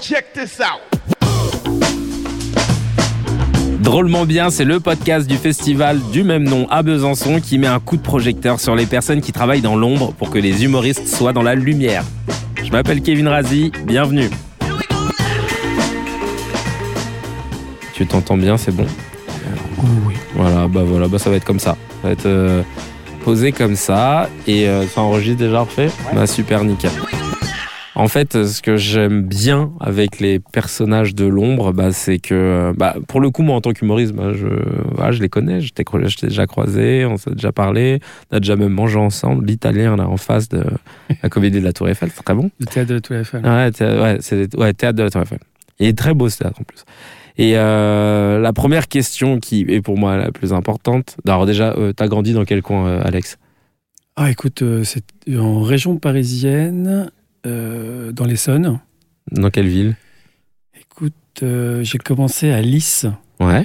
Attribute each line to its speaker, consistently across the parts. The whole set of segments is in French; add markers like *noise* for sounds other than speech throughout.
Speaker 1: check this out.
Speaker 2: Drôlement bien, c'est le podcast du festival du même nom à Besançon qui met un coup de projecteur sur les personnes qui travaillent dans l'ombre pour que les humoristes soient dans la lumière. Je m'appelle Kevin Razi, bienvenue. Tu t'entends bien, c'est bon
Speaker 3: oui.
Speaker 2: Voilà, bah voilà, bah ça va être comme ça. Ça va être euh, posé comme ça et euh, ça enregistre déjà refait Bah super nickel. En fait, euh, ce que j'aime bien avec les personnages de l'ombre, bah, c'est que, euh, bah, pour le coup, moi, en tant qu'humoriste, bah, je, voilà, je les connais, je t'ai cro- je t'ai déjà croisé, on s'est déjà parlé, on a déjà même mangé ensemble, l'italien, là, en face de la comédie de la Tour Eiffel, c'est très bon.
Speaker 3: Le théâtre de la Tour Eiffel.
Speaker 2: Ouais, thé- ouais, c'est ouais, théâtre de la Tour Eiffel. Il est très beau ce théâtre en plus. Et euh, la première question qui est pour moi la plus importante. Alors déjà, euh, t'as grandi dans quel coin, euh, Alex
Speaker 3: Ah, écoute, euh, c'est en région parisienne, euh, dans l'Essonne.
Speaker 2: Dans quelle ville
Speaker 3: Écoute, euh, j'ai commencé à Lys.
Speaker 2: Ouais.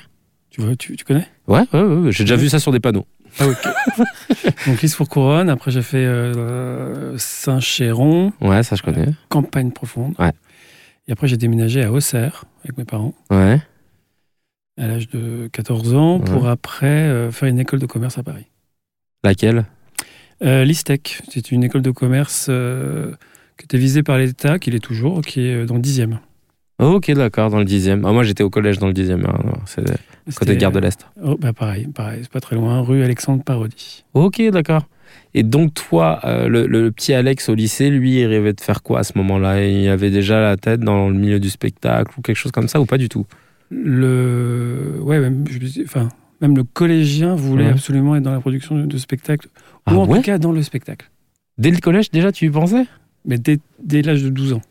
Speaker 3: Tu vois, tu, tu connais
Speaker 2: Ouais, ouais, ouais, ouais, j'ai déjà vu ça sur des panneaux.
Speaker 3: Ah, ok. Donc Lys pour couronne. Après, j'ai fait euh, Saint-Chéron,
Speaker 2: Ouais, ça je connais.
Speaker 3: campagne profonde.
Speaker 2: Ouais.
Speaker 3: Et après, j'ai déménagé à Auxerre avec mes parents
Speaker 2: Ouais.
Speaker 3: à l'âge de 14 ans
Speaker 2: Ouais.
Speaker 3: pour après euh, faire une école de commerce à Paris.
Speaker 2: Laquelle
Speaker 3: Euh, L'ISTEC, c'est une école de commerce euh, qui était visée par l'État, qui l'est toujours, qui est euh, dans le 10e.
Speaker 2: Oh, Ok, d'accord, dans le dixième. Ah, moi j'étais au collège dans le dixième. hein, non, c'est côté
Speaker 3: C'était-
Speaker 2: Gare de l'Est.
Speaker 3: Oh, bah pareil, pareil, c'est pas très loin, rue Alexandre Parodi.
Speaker 2: Ok, d'accord. Et donc toi, euh, le, le petit Alex au lycée, lui, il rêvait de faire quoi à ce moment-là Il avait déjà la tête dans le milieu du spectacle ou quelque chose comme ça ou pas du tout
Speaker 3: Le, ouais, même, je me dis- enfin, même le collégien voulait
Speaker 2: Ouais.
Speaker 3: absolument être dans la production de, de spectacle,
Speaker 2: Ah
Speaker 3: ou en
Speaker 2: ouais
Speaker 3: tout cas dans le spectacle,
Speaker 2: Dès le collège, déjà, tu y pensais
Speaker 3: mais dès, dès l'âge de 12 ans.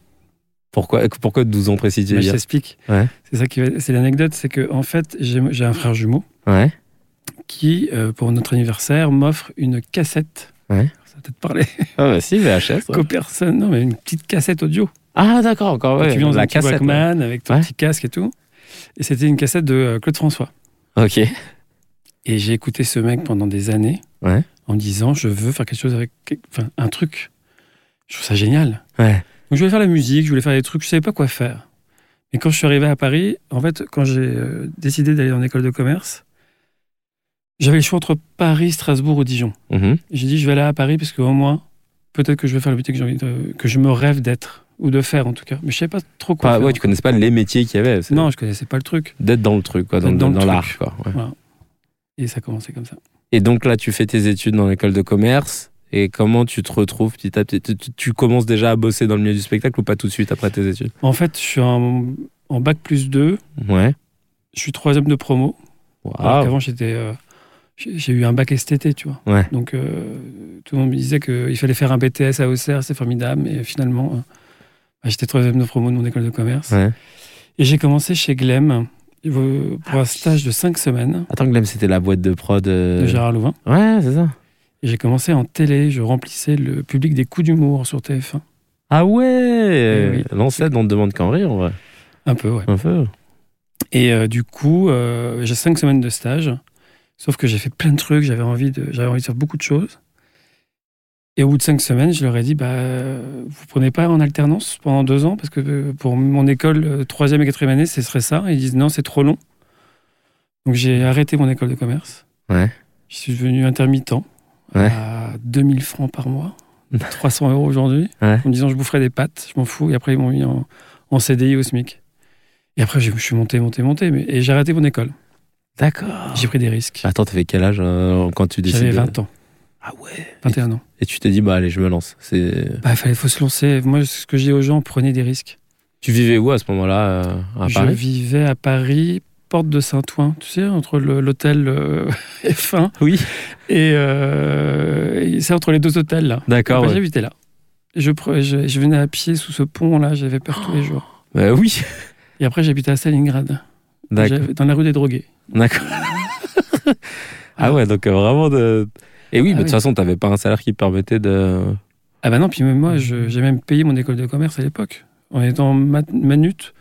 Speaker 2: Pourquoi, pourquoi 12 ans précis, tu veux
Speaker 3: Bah, je
Speaker 2: dire
Speaker 3: t'explique.
Speaker 2: Ouais.
Speaker 3: C'est ça qui, va- c'est l'anecdote, c'est que en fait, j'ai j'ai un frère jumeau
Speaker 2: Ouais.
Speaker 3: qui, euh, pour notre anniversaire, m'offre une cassette.
Speaker 2: Ouais.
Speaker 3: Ça va peut-être parler
Speaker 2: Ah, bah si, VHS. *laughs* ouais.
Speaker 3: qu'aux personnes, non, mais une petite cassette audio.
Speaker 2: Ah, d'accord, encore, ouais.
Speaker 3: tu viens dans
Speaker 2: la
Speaker 3: un petit
Speaker 2: cassette. ouais.
Speaker 3: Walkman avec ton
Speaker 2: Ouais.
Speaker 3: petit casque et tout. Et c'était une cassette de euh, Claude François.
Speaker 2: Ok.
Speaker 3: Et j'ai écouté ce mec pendant des années
Speaker 2: Ouais.
Speaker 3: en me disant je veux faire quelque chose avec enfin, un truc. Je trouve ça génial.
Speaker 2: Ouais.
Speaker 3: Donc je voulais faire la musique, je voulais faire des trucs, je savais pas quoi faire. Mais quand je suis arrivé à Paris, en fait, quand j'ai euh, décidé d'aller en école de commerce, j'avais le choix entre Paris, Strasbourg ou Dijon.
Speaker 2: Mhm.
Speaker 3: J'ai dit je vais aller à Paris parce qu'au moins peut-être que je vais faire le métier que j'ai envie de- que je me rêve d'être ou de faire en tout cas. Mais je savais pas trop quoi
Speaker 2: Pas-
Speaker 3: faire.
Speaker 2: ouais, tu connaissais pas les métiers qu'il y avait. c'est
Speaker 3: non, je connaissais pas le truc.
Speaker 2: D'être dans le truc, quoi, dans,
Speaker 3: D'être dans le
Speaker 2: dans
Speaker 3: truc.
Speaker 2: l'art. Quoi, ouais.
Speaker 3: Et ça commençait comme ça.
Speaker 2: Et donc là, tu fais tes études dans l'école de commerce. Et comment tu te retrouves petit à petit tu, tu- tu commences déjà à bosser dans le milieu du spectacle ou pas tout de suite après tes études
Speaker 3: En fait, je suis en, en bac plus 2,
Speaker 2: Ouais.
Speaker 3: je suis troisième de promo. Alors
Speaker 2: Waouh.
Speaker 3: qu'avant, j'étais, euh, j'ai j'ai eu un bac STT, tu vois.
Speaker 2: Ouais.
Speaker 3: Donc, euh, tout le monde me disait qu'il fallait faire un BTS à Auxerre, c'est formidable. Mais finalement, euh, bah, j'étais troisième de promo de mon école de commerce.
Speaker 2: Ouais.
Speaker 3: Et j'ai commencé chez Glem euh, pour un stage de cinq semaines
Speaker 2: Attends, Glem, c'était la boîte de prod. euh,
Speaker 3: de Gérard Louvain.
Speaker 2: Ouais, c'est ça.
Speaker 3: Et j'ai commencé en télé, je remplissais le public des coups d'humour sur TF1.
Speaker 2: Ah ouais
Speaker 3: Eh oui.
Speaker 2: L'ancêtre, on ne demande qu'en rire, en vrai.
Speaker 3: Un peu, ouais.
Speaker 2: Un peu.
Speaker 3: Et euh, du coup, euh, j'ai cinq semaines de stage. Sauf que j'ai fait plein de trucs, j'avais envie de, j'avais envie de faire beaucoup de choses. Et au bout de cinq semaines, je leur ai dit, bah, euh, vous prenez pas en alternance pendant deux ans parce que euh, pour mon école euh, troisième et quatrième année, ce serait ça. Et ils disent non, c'est trop long. Donc j'ai arrêté mon école de commerce.
Speaker 2: Ouais.
Speaker 3: Je suis devenu intermittent
Speaker 2: Ouais.
Speaker 3: à 2000 francs
Speaker 2: *laughs*
Speaker 3: par mois, 300 euros aujourd'hui,
Speaker 2: Ouais.
Speaker 3: en me disant je boufferai des pâtes, je m'en fous. Et après ils m'ont mis en, en CDI au SMIC. Et après je, je suis monté, monté, monté, mais et j'ai arrêté mon école.
Speaker 2: D'accord.
Speaker 3: J'ai pris des risques.
Speaker 2: Attends, t'avais quel âge euh, quand tu décides
Speaker 3: J'avais
Speaker 2: de-
Speaker 3: 20 ans,
Speaker 2: Ah ouais
Speaker 3: 21 ans.
Speaker 2: Et tu t'es dit, bah allez, je me lance. C'est...
Speaker 3: Bah, fallait, faut se lancer. Moi, ce que je dis aux gens, prenez des risques.
Speaker 2: Tu vivais où à ce moment-là euh, À
Speaker 3: je
Speaker 2: Paris
Speaker 3: vivais à Paris, porte de Saint-Ouen, tu sais, entre le- l'hôtel euh, *laughs* F1
Speaker 2: Oui.
Speaker 3: et, euh, et c'est entre les deux hôtels là.
Speaker 2: D'accord.
Speaker 3: Bah,
Speaker 2: ouais.
Speaker 3: J'habitais là. Je, pre- je, je venais à pied sous ce pont là, j'avais peur tous les jours.
Speaker 2: Bah oui.
Speaker 3: Et après, j'habitais à Stalingrad,
Speaker 2: D'accord.
Speaker 3: J'avais- dans la rue des drogués.
Speaker 2: D'accord. *laughs* ah ouais, donc euh, vraiment de. Et oui,
Speaker 3: Ah
Speaker 2: mais de
Speaker 3: oui.
Speaker 2: toute façon, t'avais pas un salaire qui permettait de.
Speaker 3: Ah bah non, puis même moi, je- j'ai même payé mon école de commerce à l'époque, en étant ma- manute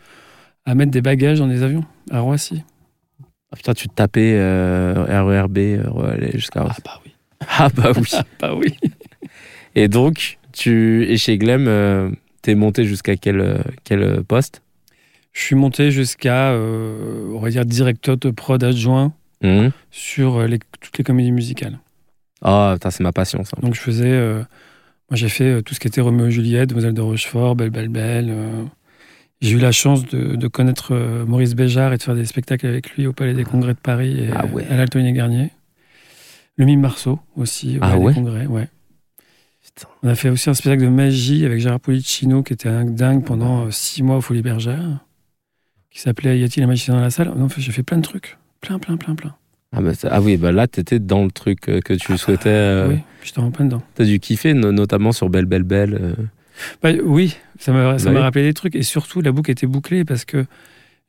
Speaker 3: à mettre des bagages dans des avions à Roissy.
Speaker 2: Ah putain, tu tapais euh, RERB, euh, ouais, aller jusqu'à.
Speaker 3: bah oui.
Speaker 2: *laughs* Ah bah oui.
Speaker 3: Ah bah oui.
Speaker 2: Et donc, tu. Et chez Glem, euh, t'es monté jusqu'à quel, euh, quel euh, poste
Speaker 3: Je suis monté jusqu'à, euh, on va dire, directeur de prod adjoint
Speaker 2: Mhm.
Speaker 3: sur euh, les- toutes les comédies musicales.
Speaker 2: Ah, putain, c'est ma passion, ça.
Speaker 3: Donc je faisais, euh, moi j'ai fait euh, tout ce qui était Roméo et Juliette, Demoiselle de Rochefort, Belle Belle Belle. euh. j'ai eu la chance de, de connaître euh, Maurice Béjart et de faire des spectacles avec lui au Palais des Congrès de Paris et
Speaker 2: Ah ouais.
Speaker 3: à l'Altoïne Garnier. Le Mime Marceau aussi au
Speaker 2: Ah
Speaker 3: Palais
Speaker 2: ouais
Speaker 3: des Congrès. Ouais.
Speaker 2: Putain.
Speaker 3: On a fait aussi un spectacle de magie avec Gérard Policino qui était un dingue pendant euh, six mois au Folie Bergère, qui s'appelait Y a-t-il un magicien dans la salle Non, J'ai fait plein de trucs. Plein, plein, plein, plein.
Speaker 2: Ah, bah, c'est- ah oui, bah là, t'étais dans le truc euh, que tu souhaitais. euh,
Speaker 3: Oui, j'étais en plein dedans.
Speaker 2: T'as dû kiffer, no- notamment sur Belle Belle Belle. euh.
Speaker 3: Bah, oui, ça m'a ça
Speaker 2: Bah
Speaker 3: m'a
Speaker 2: oui.
Speaker 3: rappelé des trucs. Et surtout, la boucle était bouclée parce que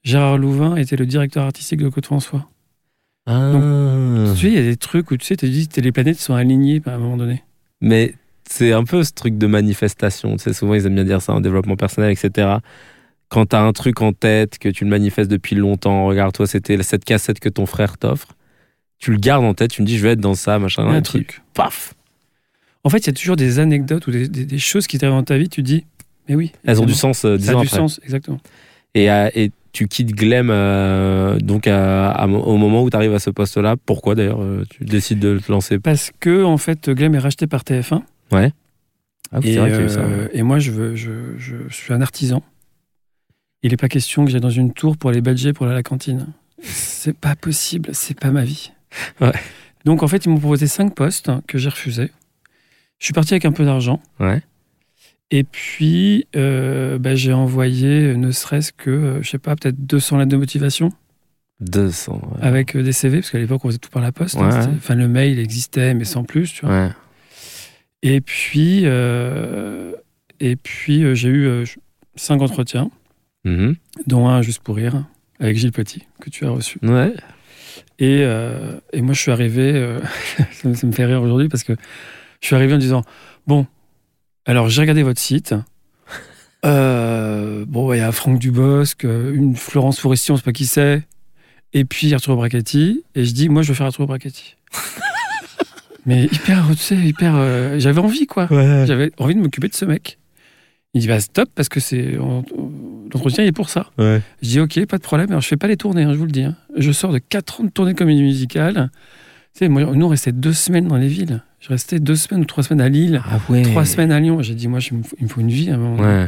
Speaker 3: Gérard Louvain était le directeur artistique de Côte François.
Speaker 2: Ah.
Speaker 3: Tu sais, il y a des trucs où tu sais, tu dis que les planètes sont alignées à un moment donné.
Speaker 2: Mais c'est un peu ce truc de manifestation. Tu sais, souvent, ils aiment bien dire ça en développement personnel, etc. Quand t'as un truc en tête, que tu le manifestes depuis longtemps, regarde, toi, c'était cette cassette que ton frère t'offre, tu le gardes en tête, tu me dis, je vais être dans ça, machin,
Speaker 3: Il y a
Speaker 2: et
Speaker 3: un
Speaker 2: puis,
Speaker 3: truc.
Speaker 2: Paf
Speaker 3: En fait, il y a toujours des anecdotes ou des, des- des choses qui t'arrivent dans ta vie, tu te dis, mais oui.
Speaker 2: Elles ont du
Speaker 3: évidemment.
Speaker 2: sens euh, dix
Speaker 3: Ça
Speaker 2: ans
Speaker 3: a du
Speaker 2: après.
Speaker 3: sens, exactement.
Speaker 2: Et, euh, et tu quittes Glem euh, donc à- à- au moment où tu arrives à ce poste-là. Pourquoi d'ailleurs euh, tu décides de te lancer
Speaker 3: Parce que, en fait, Glem est racheté par TF1.
Speaker 2: Ah oui,
Speaker 3: Et,
Speaker 2: c'est vrai qu'il y a eu ça.
Speaker 3: euh, et moi, je, veux, je, je, je suis un artisan. Il n'est pas question que j'aille dans une tour pour aller badger pour aller à la cantine. C'est pas possible, c'est pas ma vie.
Speaker 2: Ouais.
Speaker 3: Donc, en fait, ils m'ont proposé cinq postes que j'ai refusés. Je suis parti avec un peu d'argent.
Speaker 2: Ouais.
Speaker 3: Et puis, euh, bah, j'ai envoyé euh, ne serait-ce que, euh, je sais pas, peut-être 200 lettres de motivation
Speaker 2: 200. ouais.
Speaker 3: avec euh, des CV, parce qu'à l'époque, on faisait tout par la poste. hein,
Speaker 2: Ah. Ouais.
Speaker 3: c'était- Enfin, le mail existait, mais sans plus, tu vois.
Speaker 2: Ouais.
Speaker 3: Et puis, euh, et puis euh, j'ai eu euh, je- cinq entretiens,
Speaker 2: Mhm.
Speaker 3: dont un juste pour rire, avec Gilles Petit, que tu as reçu.
Speaker 2: Ouais.
Speaker 3: Et, euh, et moi, je suis arrivé, euh, *laughs* ça, me- ça me fait rire aujourd'hui, parce que je suis arrivé en disant Bon, alors j'ai regardé votre site. Euh, bon, il y a Franck Dubosc, euh, une Florence Foresti, on sait pas qui c'est, et puis Arturo Brachetti. Et je dis Moi, je veux faire Arturo Brachetti. *laughs* Mais hyper, tu sais, hyper. euh, J'avais envie, quoi. J'avais envie de m'occuper de ce mec. Il dit bah stop parce que c'est on- on- l'entretien il est pour ça.
Speaker 2: Ouais.
Speaker 3: Je dis ok pas de problème. Alors je fais pas les tournées, hein, je vous le dis. hein. Je sors de 4 ans de tournée de comédie musicale. Tu sais, moi, nous on restait deux semaines dans les villes. Je restais deux semaines ou trois semaines à Lille,
Speaker 2: Ah ouais.
Speaker 3: trois semaines à Lyon. J'ai dit moi je me- il me faut une vie hein, à un moment.
Speaker 2: Ouais.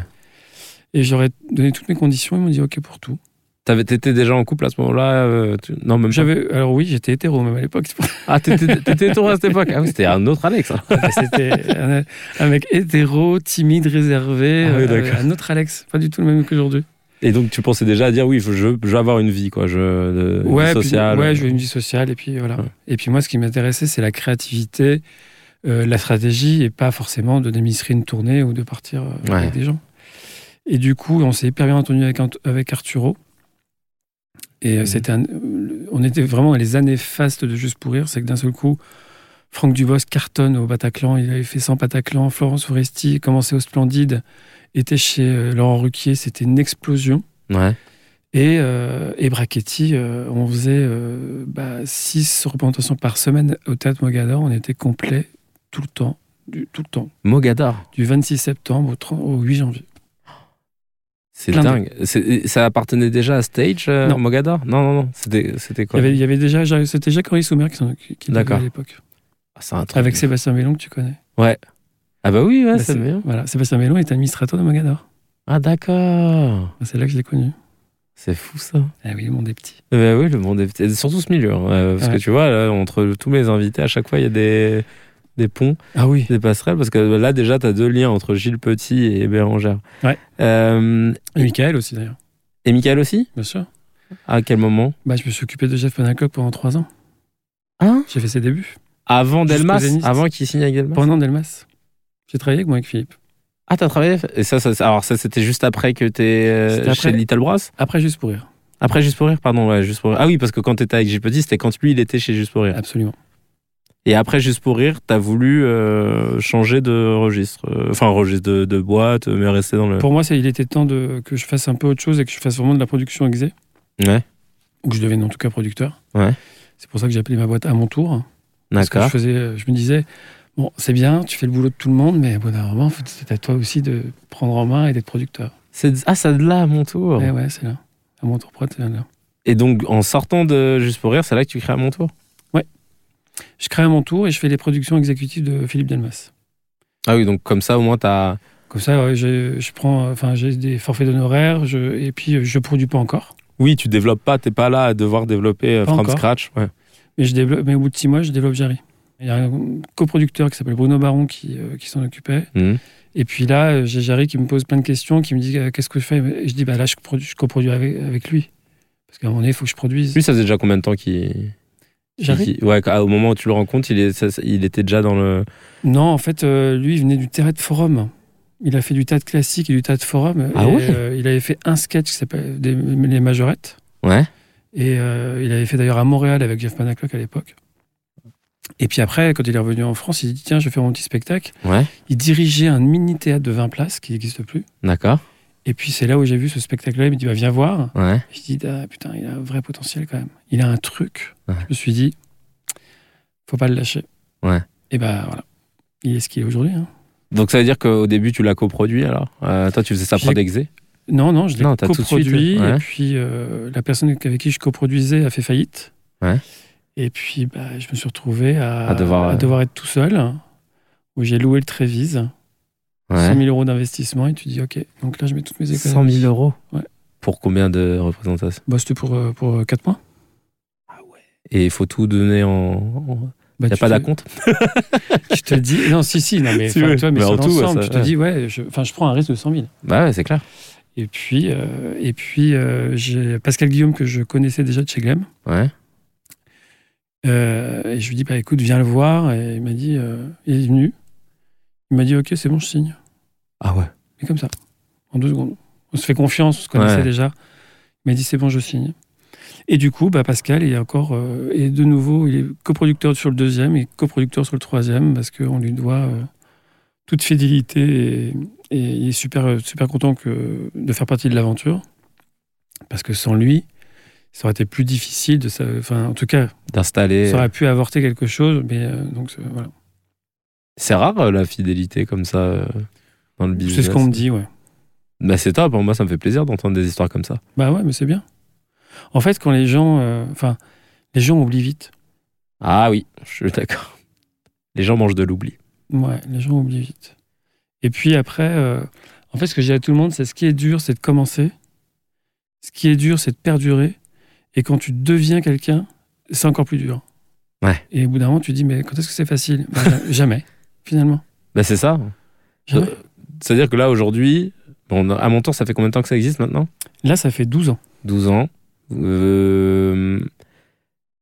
Speaker 3: Et j'aurais donné toutes mes conditions. Ils m'ont dit ok pour tout.
Speaker 2: T'avais- T'étais déjà en couple à ce moment-là euh, tu- Non, même pas.
Speaker 3: J'avais alors oui j'étais hétéro même à l'époque. C'est pour
Speaker 2: Ah, t'étais t'étais hétéro à cette époque. Ah oui, c'était un autre Alex. hein.
Speaker 3: ça
Speaker 2: *laughs*
Speaker 3: que C'était un, un mec hétéro, timide, réservé.
Speaker 2: Ah oui,
Speaker 3: euh,
Speaker 2: d'accord.
Speaker 3: un autre Alex, pas du tout le même qu'aujourd'hui.
Speaker 2: Et donc, tu pensais déjà à dire oui, je, je veux avoir une vie, quoi. Je, de, de
Speaker 3: ouais, puis-
Speaker 2: sociale.
Speaker 3: ouais, je veux une vie sociale et puis voilà.
Speaker 2: Ouais.
Speaker 3: Et puis moi, ce qui m'intéressait, c'est la créativité, euh, la stratégie et pas forcément de démisser une tournée ou de partir euh,
Speaker 2: Ouais.
Speaker 3: avec des gens. Et du coup, on s'est hyper bien entendu avec, Ant- avec Arturo. Et euh,
Speaker 2: Mhm.
Speaker 3: c'était un- euh, on était vraiment dans les années fastes de Juste pour rire. C'est que d'un seul coup, Franck Dubos cartonne au Bataclan. Il avait fait 100 Bataclan. Florence Foresti commençait au Splendide. Était chez euh, Laurent Ruquier. C'était une explosion.
Speaker 2: Ouais.
Speaker 3: Et, euh, et Brachetti, euh, on faisait euh, bah, six représentations par semaine au Théâtre Mogador. On était complet tout le temps, du, tout le temps,
Speaker 2: Mogador.
Speaker 3: du 26 septembre au, 30 au 8 janvier.
Speaker 2: C'est
Speaker 3: Plein de-
Speaker 2: dingue. C'est- Ça appartenait déjà à Stage, euh,
Speaker 3: Non.
Speaker 2: Mogador Non, non, non. C'était c'était
Speaker 3: Il
Speaker 2: quoi
Speaker 3: y avait, il y avait déjà, c'était déjà Cory Soumer qui, s'en- qui, qui l'avait
Speaker 2: D'accord.
Speaker 3: à l'époque,
Speaker 2: Ah, c'est un truc.
Speaker 3: avec Sébastien Mélon que tu connais.
Speaker 2: Ah bah oui, ouais,
Speaker 3: Bah,
Speaker 2: c'est
Speaker 3: c'est-
Speaker 2: bien.
Speaker 3: Voilà, Sébastien Mélon est administrateur de Mogador.
Speaker 2: Ah d'accord.
Speaker 3: Bah, C'est là que je l'ai connu.
Speaker 2: C'est fou ça.
Speaker 3: Ah oui, le monde est petit.
Speaker 2: Bah oui, le monde est et surtout ce milieu. hein, euh, parce
Speaker 3: Ouais.
Speaker 2: que tu vois, là, entre tous mes invités, à chaque fois, il y a des, des ponts,
Speaker 3: Ah oui.
Speaker 2: des passerelles. Parce que bah, là, déjà, tu as deux liens entre Gilles Petit et Bérangère.
Speaker 3: Ouais.
Speaker 2: Euh,
Speaker 3: Et Michael aussi d'ailleurs,
Speaker 2: et Michael aussi
Speaker 3: bien sûr.
Speaker 2: À quel moment
Speaker 3: Bah, je me suis occupé de Jeff Panacock pendant trois ans.
Speaker 2: Hein
Speaker 3: J'ai fait ses débuts.
Speaker 2: Avant
Speaker 3: Jusqu'au
Speaker 2: Delmas
Speaker 3: Zénith.
Speaker 2: Avant qu'il signe avec Delmas
Speaker 3: Pendant Delmas. J'ai travaillé avec moi, avec Philippe.
Speaker 2: Ah, t'as travaillé Et ça, ça- alors ça, c'était juste après que t'es euh,
Speaker 3: C'était
Speaker 2: chez
Speaker 3: après.
Speaker 2: Little Brass
Speaker 3: Après, juste pour rire.
Speaker 2: Après Juste pour Rire, pardon. Ouais, Juste pour Rire. Ah oui, parce que quand t'étais avec Gilles Petit, c'était quand lui, il était chez Juste pour Rire.
Speaker 3: Absolument.
Speaker 2: Et après, juste pour rire, t'as voulu euh, changer de registre. Euh, Enfin, registre de, de boîte, euh, mais rester dans le.
Speaker 3: Pour moi, c'est- il était temps de, que je fasse un peu autre chose et que je fasse vraiment de la production exé,
Speaker 2: Ouais,
Speaker 3: ou que je devienne en tout cas producteur.
Speaker 2: Ouais.
Speaker 3: C'est pour ça que j'ai appelé ma boîte à mon tour. hein, Parce que je,
Speaker 2: d'accord.
Speaker 3: faisais, euh, je me disais, bon, c'est bien, tu fais le boulot de tout le monde, mais bon, d'un moment, faut- c'est à toi aussi de prendre en main et d'être producteur. Eh
Speaker 2: C'est- Ah, ça de là, à mon tour.
Speaker 3: Ouais, ouais, c'est là. À mon tour prête, là.
Speaker 2: Et donc, en sortant de Juste pour rire, c'est là que tu crées à mon tour
Speaker 3: Je crée à mon tour et je fais les productions exécutives de Philippe Delmas.
Speaker 2: Ah oui, donc comme ça, au moins, t'as.
Speaker 3: Comme ça, ouais, je, je prends, euh, enfin, j'ai des forfaits d'honoraires, je, et puis euh, je produis pas encore.
Speaker 2: Oui, tu développes pas, t'es pas là à devoir développer euh,
Speaker 3: Pas
Speaker 2: from
Speaker 3: encore.
Speaker 2: scratch. Ouais.
Speaker 3: Mais, je développe, mais au bout de six mois, je développe Jarry. Il y a un coproducteur qui s'appelle Bruno Baron qui, euh, qui s'en occupait.
Speaker 2: Mhm.
Speaker 3: Et puis là, euh, j'ai Jarry qui me pose plein de questions, qui me dit euh, qu'est-ce que je fais. Et je dis, bah là, je, produis- je coproduis avec, avec lui. Parce qu'à un moment donné, il faut que je produise.
Speaker 2: Lui, ça faisait déjà combien de temps qu'il.
Speaker 3: Jarry
Speaker 2: qu'il- Ouais, quand- au moment où tu le rencontres, il, est, ça- ça- il était déjà dans le.
Speaker 3: Non, en fait, euh, lui, il venait du théâtre forum. Il a fait du théâtre classique et du théâtre forum.
Speaker 2: Ah
Speaker 3: Et,
Speaker 2: ouais
Speaker 3: euh, Il avait fait un sketch qui s'appelle des- Les Majorettes.
Speaker 2: Ouais.
Speaker 3: Et euh, il avait fait d'ailleurs à Montréal avec Jeff Panaclock à l'époque. Et puis après, quand il est revenu en France, il dit Tiens, je vais faire mon petit spectacle.
Speaker 2: Ouais.
Speaker 3: Il dirigeait un mini théâtre de 20 places qui n'existe plus.
Speaker 2: D'accord.
Speaker 3: Et puis c'est là où j'ai vu ce spectacle-là. Il me dit bah, Viens voir.
Speaker 2: Ouais.
Speaker 3: Je dis Ah, Putain, il a un vrai potentiel quand même. Il a un truc.
Speaker 2: Ouais.
Speaker 3: Je me suis dit Faut pas le lâcher.
Speaker 2: Ouais.
Speaker 3: Et bah voilà. Il est ce qu'il est aujourd'hui. hein.
Speaker 2: Donc ça veut dire qu'au début, tu l'as coproduit alors Euh, Toi, tu faisais ça
Speaker 3: J'ai-
Speaker 2: prod exé
Speaker 3: Non, non, je l'ai
Speaker 2: Non, t'as tout de suite,
Speaker 3: coproduit.
Speaker 2: ouais.
Speaker 3: Et puis, euh, la personne avec qui je coproduisais a fait faillite.
Speaker 2: Ouais.
Speaker 3: Et puis, bah, je me suis retrouvé à,
Speaker 2: À devoir, euh,
Speaker 3: être tout seul, où j'ai loué le Trévise, 100
Speaker 2: Ouais.
Speaker 3: 000 euros d'investissement. Et tu dis, OK, donc là, je mets toutes mes
Speaker 2: 100
Speaker 3: économies.
Speaker 2: 000 euros
Speaker 3: Ouais.
Speaker 2: Pour combien de représentations
Speaker 3: Bah, C'était pour, euh, pour 4 mois.
Speaker 2: Et il faut tout donner en. en...
Speaker 3: Bah,
Speaker 2: Y a
Speaker 3: tu
Speaker 2: pas
Speaker 3: te-
Speaker 2: d'acompte
Speaker 3: *laughs* Je te dis, non, si, si, non, mais,
Speaker 2: Si,
Speaker 3: enfin,
Speaker 2: ouais.
Speaker 3: toi, mais,
Speaker 2: Mais en
Speaker 3: sur
Speaker 2: tout, ouais,
Speaker 3: l'ensemble,
Speaker 2: ça-
Speaker 3: je te
Speaker 2: ouais.
Speaker 3: dis, ouais, je, enfin, je prends un risque de 100 000.
Speaker 2: Bah ouais, c'est clair.
Speaker 3: Et puis, euh, et puis euh, j'ai Pascal Guillaume, que je connaissais déjà de chez Glem,
Speaker 2: Ouais.
Speaker 3: Euh, et je lui dis, bah écoute, viens le voir. Et il m'a dit, euh, il est venu. Il m'a dit, ok, c'est bon, je signe.
Speaker 2: Ah ouais.
Speaker 3: Et comme ça, en deux secondes. On se fait confiance, on se connaissait
Speaker 2: Ouais.
Speaker 3: déjà. Il m'a dit, c'est bon, je signe. Et du coup, bah, Pascal est encore, euh, et de nouveau, il est coproducteur sur le deuxième et coproducteur sur le troisième parce qu'on lui doit euh, toute fidélité et, et il est super, euh, super content que, de faire partie de l'aventure. Parce que sans lui, ça aurait été plus difficile de sa... Enfin, en tout cas,
Speaker 2: D'installer.
Speaker 3: ça aurait pu avorter quelque chose, mais euh, donc euh, voilà.
Speaker 2: C'est rare euh, la fidélité comme ça euh, dans le business.
Speaker 3: C'est ce qu'on me dit, ouais.
Speaker 2: Bah c'est top, hein. moi ça me fait plaisir d'entendre des histoires comme ça.
Speaker 3: Bah ouais, mais c'est bien. En fait, quand les gens, euh, enfin, les gens oublient vite.
Speaker 2: Ah oui, je suis d'accord. Les gens mangent de l'oubli.
Speaker 3: Ouais, les gens oublient vite. Et puis après, euh, en fait, ce que je dis à tout le monde, c'est ce qui est dur, c'est de commencer. Ce qui est dur, c'est de perdurer. Et quand tu deviens quelqu'un, c'est encore plus dur.
Speaker 2: Ouais.
Speaker 3: Et au bout d'un moment, tu dis, mais quand est-ce que c'est facile Bah, ja- *laughs* Jamais, finalement.
Speaker 2: Bah c'est ça.
Speaker 3: Jamais.
Speaker 2: Euh, C'est-à-dire que là aujourd'hui, bon, à mon tour, ça fait combien de temps que ça existe maintenant
Speaker 3: Là, ça fait 12 ans.
Speaker 2: 12 ans. Euh,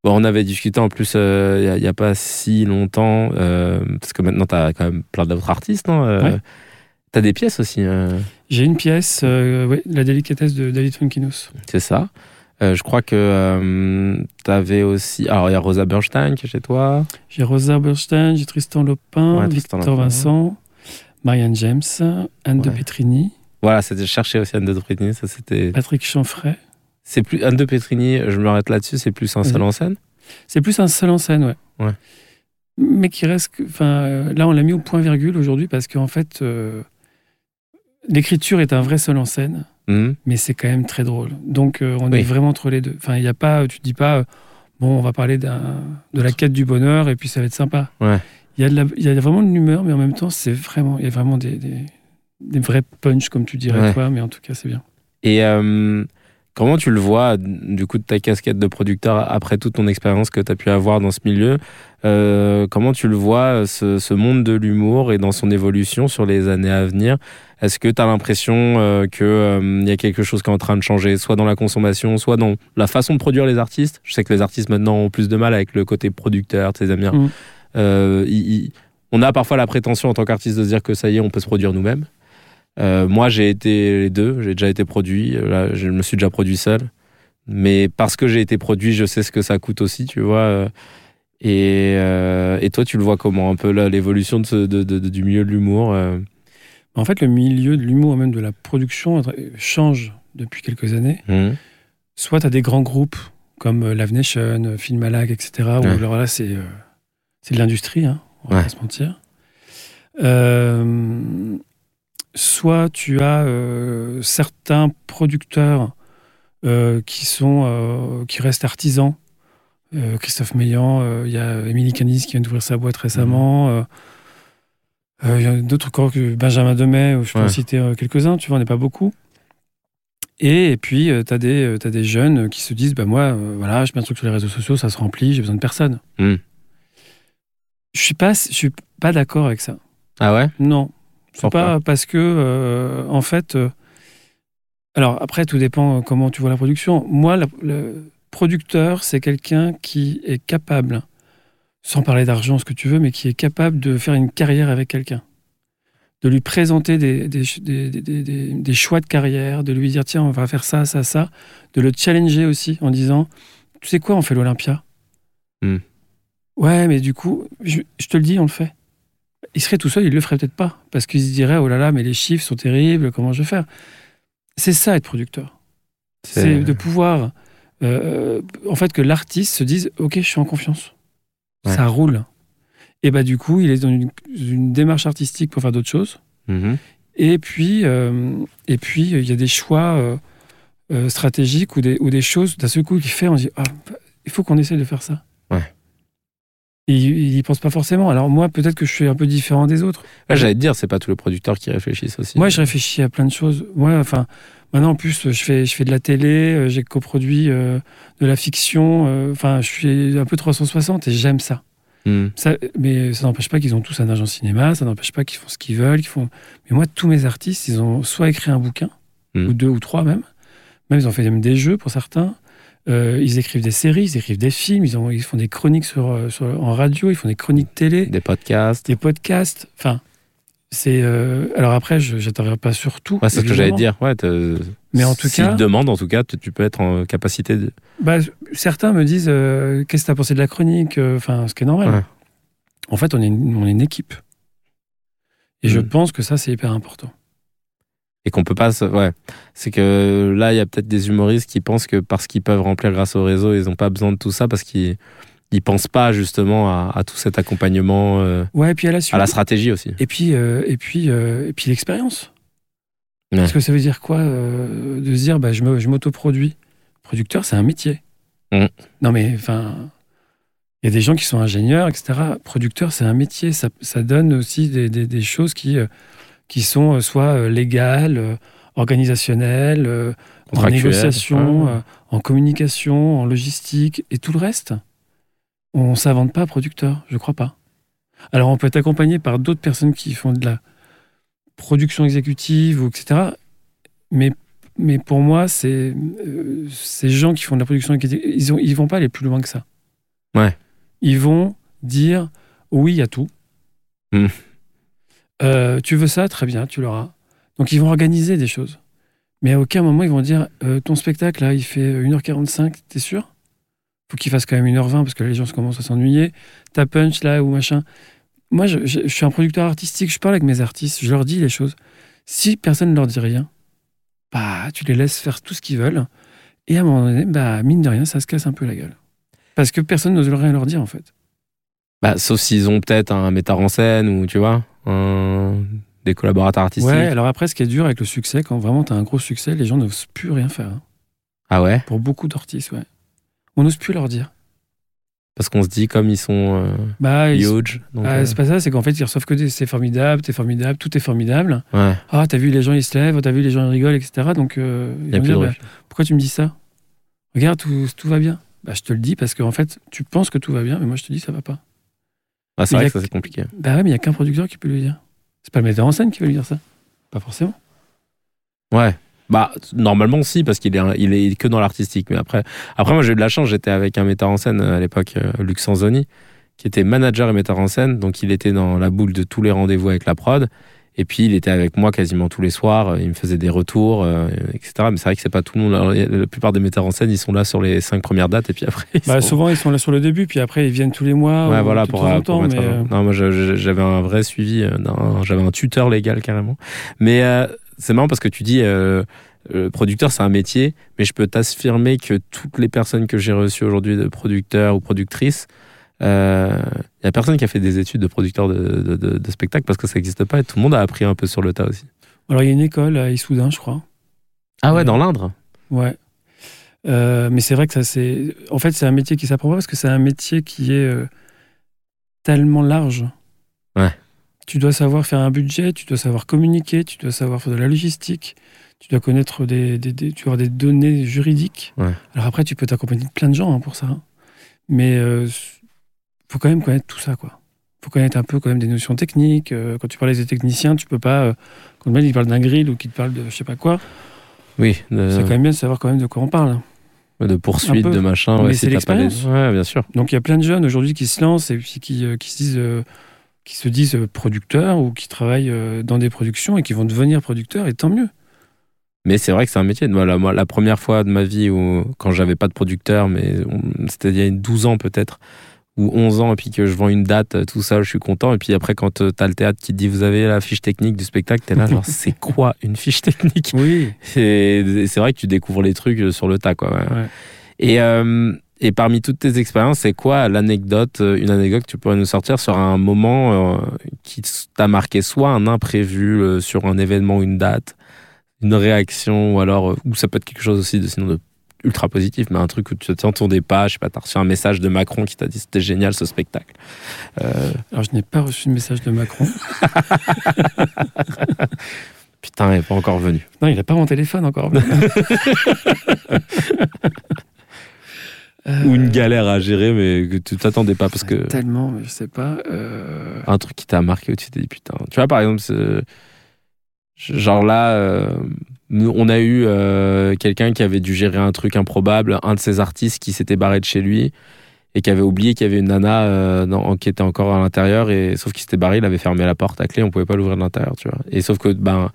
Speaker 2: bon, on avait discuté en plus euh, il n'y a, pas si longtemps, euh, parce que maintenant tu as quand même plein d'autres artistes. non euh,
Speaker 3: Ouais.
Speaker 2: T'as des pièces aussi, euh,
Speaker 3: J'ai une pièce, euh, ouais, La délicatesse de David Funkinos.
Speaker 2: c'est ça. Euh, je crois que tu avais aussi. Alors, il y a Rosa Bernstein qui est chez toi.
Speaker 3: J'ai Rosa Burstein, j'ai Tristan Lopin,
Speaker 2: Ouais, Tristan
Speaker 3: Victor
Speaker 2: Lopin.
Speaker 3: Vincent, Marianne James, Anne de
Speaker 2: Ouais.
Speaker 3: Petrini,
Speaker 2: Voilà, c'était chercher aussi Anne de Petrini. Ça, c'était.
Speaker 3: Patrick Chanfray.
Speaker 2: C'est plus Anne de Petrini. Je m'arrête là-dessus. C'est plus un seul en scène.
Speaker 3: C'est plus un seul en scène, ouais.
Speaker 2: Ouais.
Speaker 3: Mais qui reste. que- Enfin, euh, là, on l'a mis au point virgule aujourd'hui parce qu'en fait, euh, l'écriture est un vrai seul en scène,
Speaker 2: Mhm.
Speaker 3: mais c'est quand même très drôle. Donc, euh, on
Speaker 2: Oui.
Speaker 3: est vraiment entre les deux. Enfin, il n'y a pas. Tu te dis pas. euh, Bon, on va parler d'un- de la quête du bonheur et puis ça va être sympa.
Speaker 2: Ouais.
Speaker 3: Il y a, de la- il y a vraiment de l'humeur, mais en même temps, c'est vraiment, il y a vraiment des, des, des vrais punchs, comme tu dirais,
Speaker 2: Ouais.
Speaker 3: toi, mais en tout cas, c'est bien.
Speaker 2: Et euh, comment tu le vois, du coup, de ta casquette de producteur, après toute ton expérience que tu as pu avoir dans ce milieu euh, Comment tu le vois, ce, ce monde de l'humour et dans son évolution sur les années à venir Est-ce que tu as l'impression euh, que euh, il y a quelque chose qui est en train de changer, soit dans la consommation, soit dans la façon de produire les artistes Je sais que les artistes maintenant ont plus de mal avec le côté producteur, tu sais, j'aime bien.
Speaker 3: Mm.
Speaker 2: Euh, ils- ils- on a parfois la prétention en tant qu'artiste de se dire que ça y est, on peut se produire nous-mêmes. Euh, moi, j'ai été les deux. J'ai déjà été produit. Euh, Là, je me suis déjà produit seul. Mais parce que j'ai été produit, je sais ce que ça coûte aussi, tu vois. euh, Et, euh, et toi, tu le vois comment Un peu là, l'évolution de ce- de- de- de- du milieu de l'humour. euh.
Speaker 3: En fait, le milieu de l'humour, même de la production, euh, change depuis quelques années.
Speaker 2: Mhm.
Speaker 3: soit tu as des grands groupes comme euh, Live Nation, euh, Filmalag, etc., où
Speaker 2: Ouais.
Speaker 3: alors là, c'est euh, c'est de l'industrie, hein, on va
Speaker 2: Ouais.
Speaker 3: pas se mentir. Euh, soit tu as euh, certains producteurs euh, qui, sont, euh, qui restent artisans. Euh, Christophe Meillan, euh, il y a Émilie Canis qui vient d'ouvrir sa boîte récemment. euh, euh, il y en a d'autres encore que Benjamin Demet, je peux
Speaker 2: Ouais.
Speaker 3: en citer euh, quelques-uns, tu vois, on n'est pas beaucoup. Et, et puis, tu as, as des jeunes qui se disent bah, Moi, euh, voilà, je mets un truc sur les réseaux sociaux, ça se remplit, j'ai besoin de personne.
Speaker 2: Mm.
Speaker 3: Je suis pas, je suis pas d'accord avec ça.
Speaker 2: Ah ouais
Speaker 3: Non. C'est
Speaker 2: Pourquoi
Speaker 3: pas parce que, euh, en fait. euh, alors, après, tout dépend euh, comment tu vois la production. Moi, la- le producteur, c'est quelqu'un qui est capable, sans parler d'argent, ce que tu veux, mais qui est capable de faire une carrière avec quelqu'un. De lui présenter des, des ch- des- des- des- des- des choix de carrière, de lui dire tiens, on va faire ça, ça, ça. De le challenger aussi en disant tu sais quoi, on fait l'Olympia.
Speaker 2: Hmm.
Speaker 3: Ouais, mais du coup, je- je te le dis, on le fait il serait tout seul, il le ferait peut-être pas. Parce qu'il se dirait, oh là là, mais les chiffres sont terribles, comment je vais faire C'est ça être producteur. C'est de pouvoir, euh, en fait, que l'artiste se dise, ok, je suis en confiance.
Speaker 2: Ouais.
Speaker 3: Ça roule. Et bah du coup, il est dans une, une démarche artistique pour faire d'autres choses.
Speaker 2: Mhm.
Speaker 3: Et puis, euh, et puis, il y a des choix euh, euh, stratégiques ou des, ou des choses, d'un seul coup, qu'il fait, on se dit, Ah, il faut qu'on essaie de faire ça.
Speaker 2: Ouais.
Speaker 3: Et il n'y pense pas forcément. Alors moi, peut-être que je suis un peu différent des autres.
Speaker 2: Ouais, J'allais te dire, c'est pas tous les producteurs qui réfléchissent aussi.
Speaker 3: Moi, je réfléchis à plein de choses. Moi, enfin, maintenant, en plus, je fais, je fais de la télé, euh, j'ai coproduit euh, de la fiction. euh, Enfin, je suis un peu 360 et j'aime ça.
Speaker 2: Mm.
Speaker 3: ça. Mais ça n'empêche pas qu'ils ont tous un agent cinéma, ça n'empêche pas qu'ils font ce qu'ils veulent. qu'ils font... Mais moi, tous mes artistes, ils ont soit écrit un bouquin,
Speaker 2: Mm.
Speaker 3: ou deux ou trois même. Même, ils ont fait même des jeux pour certains. Euh, ils écrivent des séries, ils écrivent des films, ils, ont, ils font des chroniques sur, euh, sur, en radio, ils font des chroniques télé
Speaker 2: Des podcasts.
Speaker 3: des podcasts. Enfin, c'est. euh, alors après, je n'interviens pas sur tout.
Speaker 2: Ouais, c'est ce que j'allais
Speaker 3: évidemment.
Speaker 2: te dire. Ouais, te-
Speaker 3: Mais en tout
Speaker 2: S'ils
Speaker 3: cas-
Speaker 2: te demandent, en tout cas, tu, tu peux être en capacité de.
Speaker 3: Bah, certains me disent euh, Qu'est-ce que tu as pensé de la chronique Euh, Enfin, ce qui est normal.
Speaker 2: Ouais.
Speaker 3: En fait, on est, une, on est une équipe. Et je
Speaker 2: Mm.
Speaker 3: pense que ça, c'est hyper important.
Speaker 2: Et qu'on peut pas. se- Ouais. C'est que là, il y a peut-être des humoristes qui pensent que parce qu'ils peuvent remplir grâce au réseau, ils n'ont pas besoin de tout ça parce qu'ils ils pensent pas justement à, à tout cet accompagnement, euh,
Speaker 3: Ouais, et puis à la suite.
Speaker 2: à la stratégie aussi.
Speaker 3: Et puis, euh, et puis, euh, et puis l'expérience.
Speaker 2: Ouais.
Speaker 3: Parce que ça veut dire quoi euh, de se dire bah, je me- je m'autoproduis Producteur, c'est un métier.
Speaker 2: Mm.
Speaker 3: Non, mais enfin, il y a des gens qui sont ingénieurs, etc. Producteur, c'est un métier. Ça, ça donne aussi des, des- des choses qui, euh, qui sont euh, soit euh, légales, euh, organisationnelles, euh, en
Speaker 2: Contractuel.
Speaker 3: négociation,
Speaker 2: Ouais.
Speaker 3: euh, en communication, en logistique et tout le reste. On ne s'invente pas producteur, je crois pas. Alors on peut être accompagné par d'autres personnes qui font de la production exécutive ou etc. Mais, mais pour moi, c'est euh, ces gens qui font de la production exécutive, ils ont- ils vont pas aller plus loin que ça.
Speaker 2: Ouais.
Speaker 3: Ils vont dire oui à tout.
Speaker 2: Hmm.
Speaker 3: Euh, tu veux ça, très bien, tu l'auras. Donc ils vont organiser des choses. Mais à aucun moment ils vont dire euh, ton spectacle là, il fait euh, 1h45, t'es sûr Faut qu'il fasse quand même 1h20 parce que là, les gens se commencent à s'ennuyer. Ta punch là ou machin. Moi, je, je- je suis un producteur artistique, je parle avec mes artistes, je leur dis les choses. Si personne ne leur dit rien, bah tu les laisses faire tout ce qu'ils veulent. Et à un moment donné, bah mine de rien, ça se casse un peu la gueule. Parce que personne n'ose rien leur dire en fait.
Speaker 2: Bah, sauf s'ils ont peut-être un metteur en scène ou tu vois, un- des collaborateurs artistiques.
Speaker 3: Ouais, alors après, ce qui est dur avec le succès, quand vraiment t'as un gros succès, les gens n'osent plus rien faire. hein.
Speaker 2: Ah ouais
Speaker 3: Pour beaucoup d'artistes, ouais. On n'ose plus leur dire.
Speaker 2: Parce qu'on se dit, comme ils sont euh,
Speaker 3: Bah, ils-
Speaker 2: huge. donc,
Speaker 3: Ah,
Speaker 2: euh,
Speaker 3: c'est pas ça, c'est qu'en fait, ils reçoivent que des c'est formidable, t'es formidable, tout est formidable.
Speaker 2: ouais,
Speaker 3: Ah, t'as vu, les gens ils se lèvent, t'as vu, les gens ils rigolent, etc. Donc, euh, ils
Speaker 2: il n'y a
Speaker 3: vont
Speaker 2: plus de
Speaker 3: dire,
Speaker 2: refus.
Speaker 3: bah, pourquoi tu me dis ça Regarde, tout, tout va bien. Bah, je te le dis parce qu'en fait, tu penses que tout va bien, mais moi je te dis ça va pas.
Speaker 2: Ah, c'est
Speaker 3: il y
Speaker 2: vrai
Speaker 3: a
Speaker 2: que ça,
Speaker 3: que-
Speaker 2: c'est compliqué.
Speaker 3: Bah ouais, mais il y a qu'un producteur qui peut lui dire. C'est pas le metteur en scène qui va lui dire ça. Pas forcément.
Speaker 2: Ouais. Bah, normalement, si, parce qu'il est, il est que dans l'artistique. Mais après, après moi, j'ai eu de la chance. J'étais avec un metteur en scène euh, à l'époque, euh, Luc Sanzoni, qui était manager et metteur en scène. Donc, il était dans la boule de tous les rendez-vous avec la prod. Et puis, il était avec moi quasiment tous les soirs. euh, Il me faisait des retours, euh, etc. Mais c'est vrai que c'est pas tout le monde. Alors, La plupart des metteurs en scène, ils sont là sur les cinq premières dates. Et puis après, ils
Speaker 3: Bah,
Speaker 2: sont-
Speaker 3: souvent, ils sont là sur le début, puis après, ils viennent tous les mois.
Speaker 2: Ouais,
Speaker 3: ou
Speaker 2: voilà,
Speaker 3: de
Speaker 2: pour,
Speaker 3: temps en
Speaker 2: pour
Speaker 3: temps,
Speaker 2: mettre
Speaker 3: mais,
Speaker 2: à jour.
Speaker 3: euh,
Speaker 2: Non, moi, je- je- j'avais un vrai suivi, euh, d'un- j'avais un tuteur légal carrément. Mais euh, c'est marrant parce que tu dis, euh, euh, producteur, c'est un métier, mais je peux t'affirmer que toutes les personnes que j'ai reçues aujourd'hui de producteurs ou productrices, il n'y a personne qui a fait des études de producteur de, de, de- de spectacle parce que ça n'existe pas et tout le monde a appris un peu sur le tas aussi.
Speaker 3: euh, Alors, il y a une école à Issoudun, je crois.
Speaker 2: Ah ouais,
Speaker 3: Ouais.
Speaker 2: dans l'Indre
Speaker 3: Ouais. Euh, mais c'est vrai que ça, c'est. En fait, c'est un métier qui s'apprend pas parce que c'est un métier qui est euh, tellement large.
Speaker 2: Ouais.
Speaker 3: Tu dois savoir faire un budget, tu dois savoir communiquer, tu dois savoir faire de la logistique, tu dois connaître des, des, des- tu dois avoir des données juridiques.
Speaker 2: Ouais.
Speaker 3: Alors après, tu peux t'accompagner de plein de gens hein, pour ça. hein. Mais euh, faut quand même connaître tout ça, quoi. Faut connaître un peu quand même des notions techniques. Euh, quand tu parles avec des techniciens, tu peux pas. euh, quand le mec il parle d'un grill ou qu'il te parle de je sais pas quoi,
Speaker 2: Oui,
Speaker 3: c'est
Speaker 2: de,
Speaker 3: quand même bien de savoir quand même de quoi on parle. hein.
Speaker 2: de poursuite,
Speaker 3: un peu.
Speaker 2: de machin.
Speaker 3: Mais
Speaker 2: ouais,
Speaker 3: c'est
Speaker 2: si t'as pas les-
Speaker 3: l'expérience.
Speaker 2: Ouais, bien sûr.
Speaker 3: Donc il y a plein de jeunes aujourd'hui qui se lancent et puis qui, euh, qui se disent, euh, qui se disent euh, producteurs ou qui travaillent euh, dans des productions et qui vont devenir producteurs et tant mieux.
Speaker 2: Mais c'est vrai que c'est un métier. Moi, la, moi, la première fois de ma vie où, quand j'avais pas de producteur, mais on- c'était il y a 12 ans peut-être, ou 11 ans, et puis que je vends une date, euh, tout ça, je suis content. Et puis après, quand euh, t'as le théâtre qui te dit vous avez la fiche technique du spectacle, t'es là, genre, c'est quoi une fiche technique
Speaker 3: Oui.
Speaker 2: Et, et c'est vrai que tu découvres les trucs euh, sur le tas, quoi. ouais.
Speaker 3: Ouais.
Speaker 2: Et, euh, et parmi toutes tes expériences, c'est quoi l'anecdote, euh, une anecdote que tu pourrais nous sortir sur un moment euh, qui s- t'a marqué, soit un imprévu euh, sur un événement, une date, une réaction, ou alors, euh, ou ça peut être quelque chose aussi de sinon de ultra positif, mais un truc où tu ne t'entendais pas, je sais pas, t'as reçu un message de Macron qui t'a dit c'était génial ce spectacle. Euh,
Speaker 3: Alors je n'ai pas reçu de message de Macron.
Speaker 2: putain, il n'est pas encore venu.
Speaker 3: *laughs* non, il n'a pas mon téléphone encore. *laughs* Euh,
Speaker 2: Ou une galère à gérer, mais que tu t'attendais pas parce que.
Speaker 3: Tellement, mais je sais pas. euh,
Speaker 2: un truc qui t'a marqué où tu t'es dit putain. Tu vois, par exemple, ce- genre là, euh, nous, on a eu euh, quelqu'un qui avait dû gérer un truc improbable, un de ses artistes qui s'était barré de chez lui et qui avait oublié qu'il y avait une nana euh, dans- qui était encore à l'intérieur et sauf qu'il s'était barré, il avait fermé la porte à clé, on pouvait pas l'ouvrir de l'intérieur, tu vois. Et sauf que ben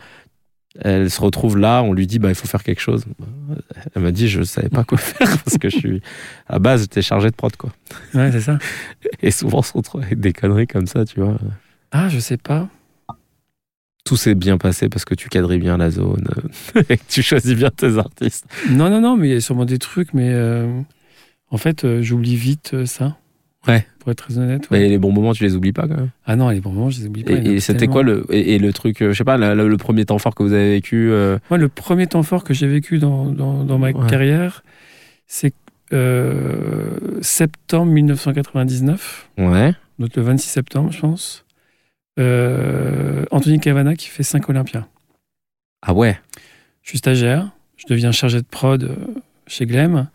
Speaker 2: elle se retrouve là, on lui dit bah il faut faire quelque chose. Elle m'a dit je savais pas quoi *laughs* faire parce que je suis à la base j'étais chargé de prod quoi.
Speaker 3: Ouais, c'est ça.
Speaker 2: Et souvent on se retrouve avec des conneries comme ça, tu vois
Speaker 3: Ah, je sais pas.
Speaker 2: tout s'est bien passé parce que tu quadrilles bien la zone euh, *laughs* et que tu choisis bien tes artistes.
Speaker 3: Non, non, non, mais il y a sûrement des trucs, mais euh, en fait, euh, j'oublie vite euh, ça.
Speaker 2: Ouais.
Speaker 3: Pour être très honnête. ouais.
Speaker 2: Mais les bons moments, tu les oublies pas quand même.
Speaker 3: Ah non, les bons moments, je les oublie pas. il y en a
Speaker 2: Et, et c'était
Speaker 3: tellement.
Speaker 2: quoi le, et, et le truc, euh, je sais pas, la- la- le premier temps fort que vous avez vécu euh,
Speaker 3: Moi, le premier temps fort que j'ai vécu dans, dans- dans ma
Speaker 2: Ouais.
Speaker 3: carrière, c'est euh, septembre 1999,
Speaker 2: Ouais.
Speaker 3: donc le 26 septembre, je pense. Euh, Anthony Cavana qui fait 5 Olympias.
Speaker 2: Ah ouais.
Speaker 3: Je suis stagiaire, je deviens chargé de prod euh, chez Glem,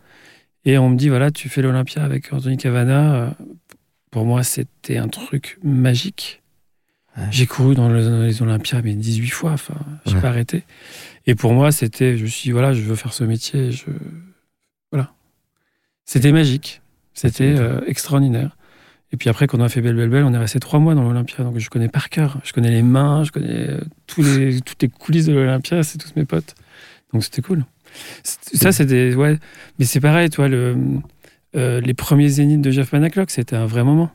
Speaker 3: et on me dit voilà, tu fais l'Olympia avec Anthony Cavana. Euh, Pour moi, c'était un truc magique.
Speaker 2: Ouais.
Speaker 3: J'ai couru dans les, dans les Olympias, mais 18 fois, enfin, j'ai
Speaker 2: Ouais.
Speaker 3: pas arrêté. Et pour moi, c'était, je me suis dit, voilà, je veux faire ce métier, je. Voilà. C'était magique, c'était euh, extraordinaire. Et puis après, quand on a fait Belle Belle Belle, on est resté trois mois dans l'Olympia, donc je connais par cœur. Je connais les mains, je connais euh, tous les, *laughs* toutes les coulisses de l'Olympia, c'est tous mes potes. Donc c'était cool. C'est- Ça, c'est des. Ouais. Mais c'est pareil, toi, le, euh, les premiers zéniths de Jeff Panaclock, c'était un vrai moment.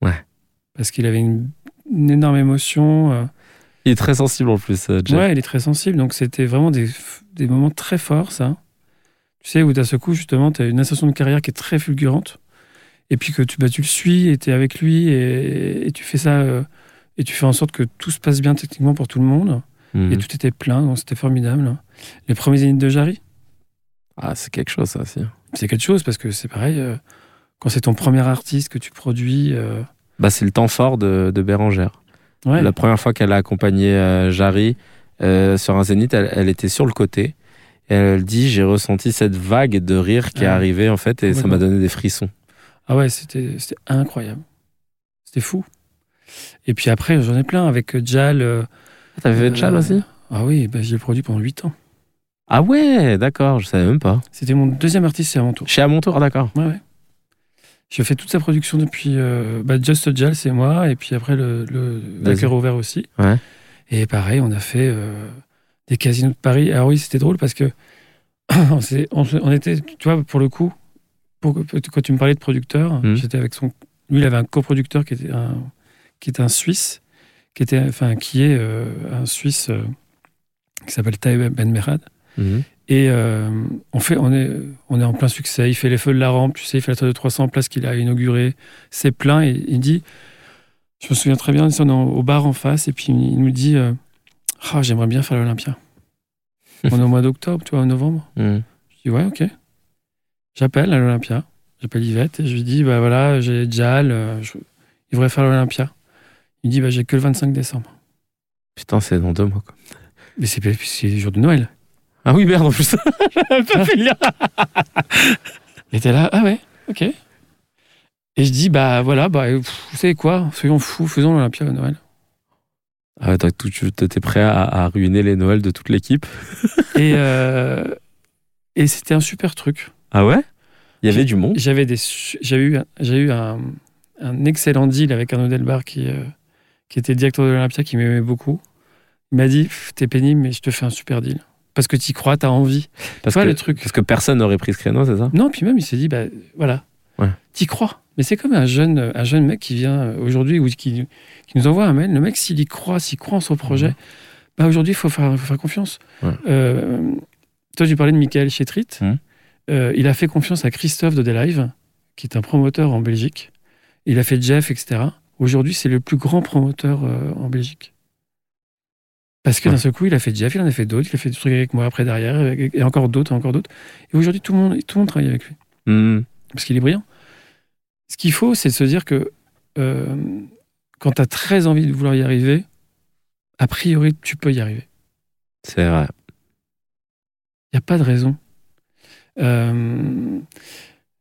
Speaker 2: Ouais.
Speaker 3: Parce qu'il avait une, une énorme émotion. euh.
Speaker 2: Il est très sensible en plus, euh, Jeff.
Speaker 3: Ouais, il est très sensible. Donc, c'était vraiment des, f- des moments très forts, ça. Tu sais, où d'un seul coup, justement, tu as une ascension de carrière qui est très fulgurante. Et puis que tu, bah, tu le suis et tu es avec lui et, et tu fais ça. euh, et tu fais en sorte que tout se passe bien techniquement pour tout le monde.
Speaker 2: Mhm.
Speaker 3: Et tout était plein, donc c'était formidable. Les premiers zéniths de Jarry.
Speaker 2: Ah, c'est quelque chose, ça aussi.
Speaker 3: c'est quelque chose parce que c'est pareil euh, quand c'est ton premier artiste que tu produis euh,
Speaker 2: Bah, c'est le temps fort de, de Bérangère.
Speaker 3: ouais
Speaker 2: La première fois qu'elle a accompagné euh, Jarry euh, sur un zénith, elle, elle était sur le côté. Et elle dit J'ai ressenti cette vague de rire qui est
Speaker 3: Ah.
Speaker 2: arrivée, en fait, et ça m'a
Speaker 3: Complètement.
Speaker 2: donné des frissons.
Speaker 3: ah ouais c'était c'était incroyable c'était fou et puis après j'en ai plein avec euh, Jal euh,
Speaker 2: T'avais fait
Speaker 3: euh,
Speaker 2: Tchal aussi
Speaker 3: ah oui bah, je l'ai produit pendant 8 ans
Speaker 2: Ah ouais, d'accord, je savais même pas.
Speaker 3: c'était mon deuxième artiste c'est à mon tour
Speaker 2: Chez à mon tour, d'accord.
Speaker 3: ouais ouais je fais toute sa production depuis euh, bah, Just Jal c'est moi et puis après le, le
Speaker 2: Vas-y.
Speaker 3: Vainqueur ouvert aussi
Speaker 2: Ouais.
Speaker 3: et pareil on a fait euh, des casinos de Paris alors oui c'était drôle parce que *clears throat* on, s'est- on se- on était, tu vois, pour le coup, pour, quand tu me parlais de producteur,
Speaker 2: Mhm.
Speaker 3: j'étais avec son. Lui, il avait un coproducteur qui était un, qui était un Suisse, qui, était, enfin, qui est euh, un Suisse euh, qui s'appelle Taïb Ben Merad. Et euh, on, fait, on, est, on est en plein succès. Il fait les feux de la rampe, tu sais, il fait la tour de 300 places qu'il a inaugurée. C'est plein. Et il dit Je me souviens très bien, on est au bar en face, et puis il nous dit euh, Ah, *laughs*
Speaker 2: Mhm.
Speaker 3: J'aimerais bien faire l'Olympia. on est au mois d'octobre, tu vois, en novembre. Je dis ouais, ok. J'appelle à l'Olympia, j'appelle Yvette et je lui dis bah voilà, j'ai Jal, euh, je- il devrait faire l'Olympia. Il me dit bah j'ai que le 25 décembre.
Speaker 2: Putain, c'est dans deux mois. Quoi.
Speaker 3: Mais c'est c'est le jour de Noël.
Speaker 2: Ah oui, merde, en plus. *laughs* J'avais pas fait le lien.
Speaker 3: Il était là, ah ouais, ok. Et je dis bah voilà, bah pff, vous savez quoi, soyons fous, faisons l'Olympia à Noël.
Speaker 2: Ah, t'as tout- tu- t'étais prêt à, à ruiner les Noëls de toute l'équipe
Speaker 3: Et euh, et c'était un super truc.
Speaker 2: Ah ouais Il y avait du monde
Speaker 3: *laughs* J'avais des, su- j'ai eu, un- j'ai eu un, un excellent deal avec Arnaud Delbar qui, euh, qui était directeur de l'Olympia, qui m'aimait beaucoup. Il m'a dit, Pff, t'es pénible, mais je te fais un super deal. Parce que t'y crois, t'as envie.
Speaker 2: parce
Speaker 3: tu vois
Speaker 2: que,
Speaker 3: le truc.
Speaker 2: parce que personne n'aurait pris ce créneau, c'est ça
Speaker 3: Non, puis même, il s'est dit, bah voilà,
Speaker 2: Ouais.
Speaker 3: t'y crois. Mais c'est comme un jeune, un jeune mec qui vient euh, aujourd'hui ou qui, qui nous envoie un mail. Le mec, s'il y croit, s'il croit en son projet,
Speaker 2: Mhm.
Speaker 3: bah aujourd'hui, il faut faire, faut faire confiance.
Speaker 2: Ouais.
Speaker 3: Euh, toi, tu parlais de Michael Chetrit.
Speaker 2: Mhm.
Speaker 3: Euh, il a fait confiance à Christophe de Delive, qui est un promoteur en Belgique. Il a fait Jeff, etc. Aujourd'hui, c'est le plus grand promoteur euh, en Belgique. Parce que
Speaker 2: Ouais.
Speaker 3: d'un seul coup, il a fait Jeff, il en a fait d'autres, il a fait des trucs avec moi après derrière, et et encore d'autres, et encore d'autres. Et aujourd'hui, tout le monde, tout le monde travaille avec lui
Speaker 2: Hmm.
Speaker 3: parce qu'il est brillant. Ce qu'il faut, c'est de se dire que euh, quand tu as très envie de vouloir y arriver, a priori, tu peux y arriver.
Speaker 2: C'est vrai.
Speaker 3: Il n'y a pas de raison. Euh,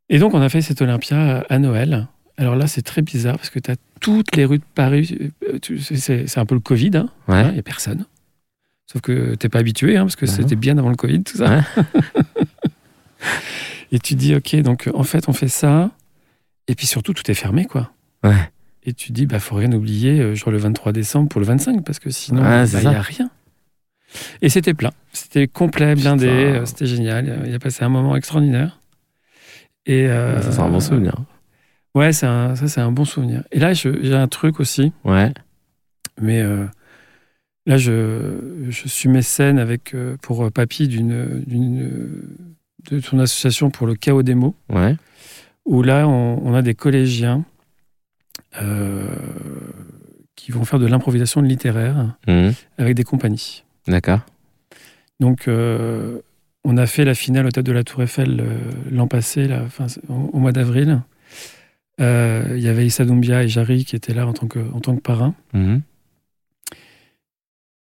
Speaker 3: et donc, on a fait cette Olympia euh, à Noël. Alors là, c'est très bizarre parce que tu as toutes les rues de Paris. euh, tu- c'est- C'est c'est un peu le Covid, hein,
Speaker 2: Ouais.
Speaker 3: il n'y a personne. Sauf que t'es pas habitué, hein, parce que
Speaker 2: Bah
Speaker 3: c'était bien avant le Covid, tout ça. *laughs* et tu te dis, ok, donc euh, en fait, on fait ça. Et puis surtout, tout est fermé, quoi.
Speaker 2: Ouais.
Speaker 3: Et tu te dis, bah, faut rien oublier, euh, genre le 23 décembre pour le 25, parce que sinon,
Speaker 2: Ouais,
Speaker 3: il
Speaker 2: c'est
Speaker 3: n'y
Speaker 2: ça.
Speaker 3: a rien. Et c'était plein. C'était complet,
Speaker 2: Putain.
Speaker 3: blindé, euh, c'était génial. Euh, Il a passé un moment extraordinaire. Et, euh,
Speaker 2: Ça, c'est un bon souvenir.
Speaker 3: Ouais, c'est un- ça, c'est un bon souvenir. Et là, je- j'ai un truc aussi.
Speaker 2: Ouais.
Speaker 3: Mais euh, là, je, je suis mécène avec, euh, pour euh, Papy d'une, d'une, de son association pour le chaos des mots,
Speaker 2: Ouais.
Speaker 3: où là, on, on a des collégiens euh, qui vont faire de l'improvisation littéraire
Speaker 2: Hmm.
Speaker 3: avec des compagnies.
Speaker 2: D'accord.
Speaker 3: Donc, euh, on a fait la finale au Théâtre de la Tour Eiffel euh, l'an passé, là, fin- au, au mois d'avril. Euh, Il y avait Issa Doumbia et Jarry qui étaient là en tant que, en tant que parrain.
Speaker 2: Hmm.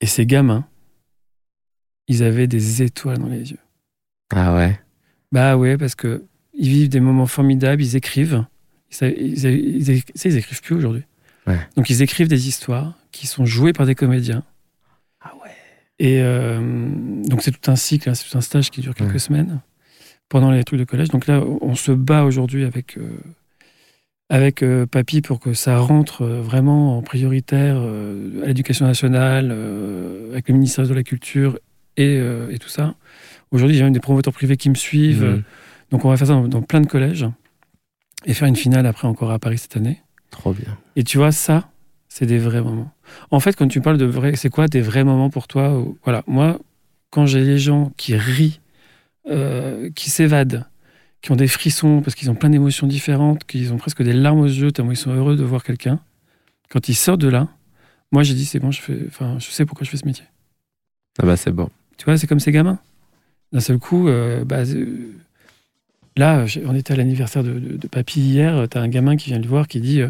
Speaker 3: Et ces gamins, ils avaient des étoiles dans les yeux.
Speaker 2: Ah ouais.
Speaker 3: Bah ouais, parce que ils vivent des moments formidables, ils écrivent. Ils, sa- ils- ils- ils- tu sais, ils écrivent plus aujourd'hui.
Speaker 2: Ouais.
Speaker 3: Donc ils écrivent des histoires qui sont jouées par des comédiens.
Speaker 2: Ah ouais.
Speaker 3: Et euh, donc c'est tout un cycle, hein, c'est tout un stage qui dure quelques
Speaker 2: Ouais.
Speaker 3: semaines pendant les trucs de collège. Donc là, on se bat aujourd'hui avec, euh, avec euh, Papy pour que ça rentre euh, vraiment en prioritaire euh, à l'éducation nationale, euh, avec le ministère de la Culture et, euh, et tout ça. Aujourd'hui, j'ai même des promoteurs privés qui me suivent.
Speaker 2: Hmm.
Speaker 3: Donc on va faire ça dans, dans plein de collèges et faire une finale après encore à Paris cette année.
Speaker 2: Trop bien.
Speaker 3: Et tu vois, ça, c'est des vrais moments. En fait, quand tu parles de vrais, c'est quoi des vrais moments pour toi ou- Voilà, moi, quand j'ai les gens qui rient, euh, qui s'évadent, qui ont des frissons parce qu'ils ont plein d'émotions différentes, qu'ils ont presque des larmes aux yeux, tellement ils sont heureux de voir quelqu'un, quand ils sortent de là, moi j'ai dit c'est bon, je, fais, enfin, je sais pourquoi je fais ce métier.
Speaker 2: Ah bah c'est bon.
Speaker 3: Tu vois, c'est comme ces gamins. D'un seul coup, euh, bah, euh, là, j'ai- on était à l'anniversaire de, de- de papy hier, euh, t'as un gamin qui vient le voir qui dit euh,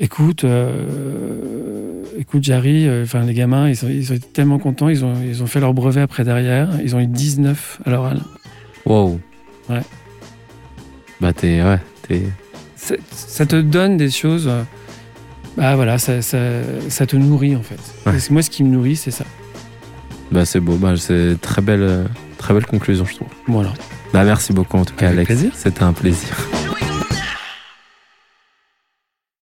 Speaker 3: Écoute, euh, écoute, Jarry, euh, enfin, les gamins, ils, sont, ils ont été tellement contents, ils ont, ils ont fait leur brevet après derrière, ils ont eu euh, 19 à l'oral.
Speaker 2: Wow.
Speaker 3: Ouais.
Speaker 2: Bah t'es... Ouais. T'es...
Speaker 3: Ça, ça te donne des choses. euh, bah voilà, ça, ça- ça te nourrit en fait.
Speaker 2: Ouais.
Speaker 3: Et c'est- Moi, ce qui me nourrit, c'est ça.
Speaker 2: Bah c'est beau. Bah c'est très belle... euh, Très belle conclusion, je trouve.
Speaker 3: Voilà.
Speaker 2: Bah merci beaucoup en tout cas,
Speaker 3: Avec
Speaker 2: Alex.
Speaker 3: plaisir.
Speaker 2: C'était un plaisir.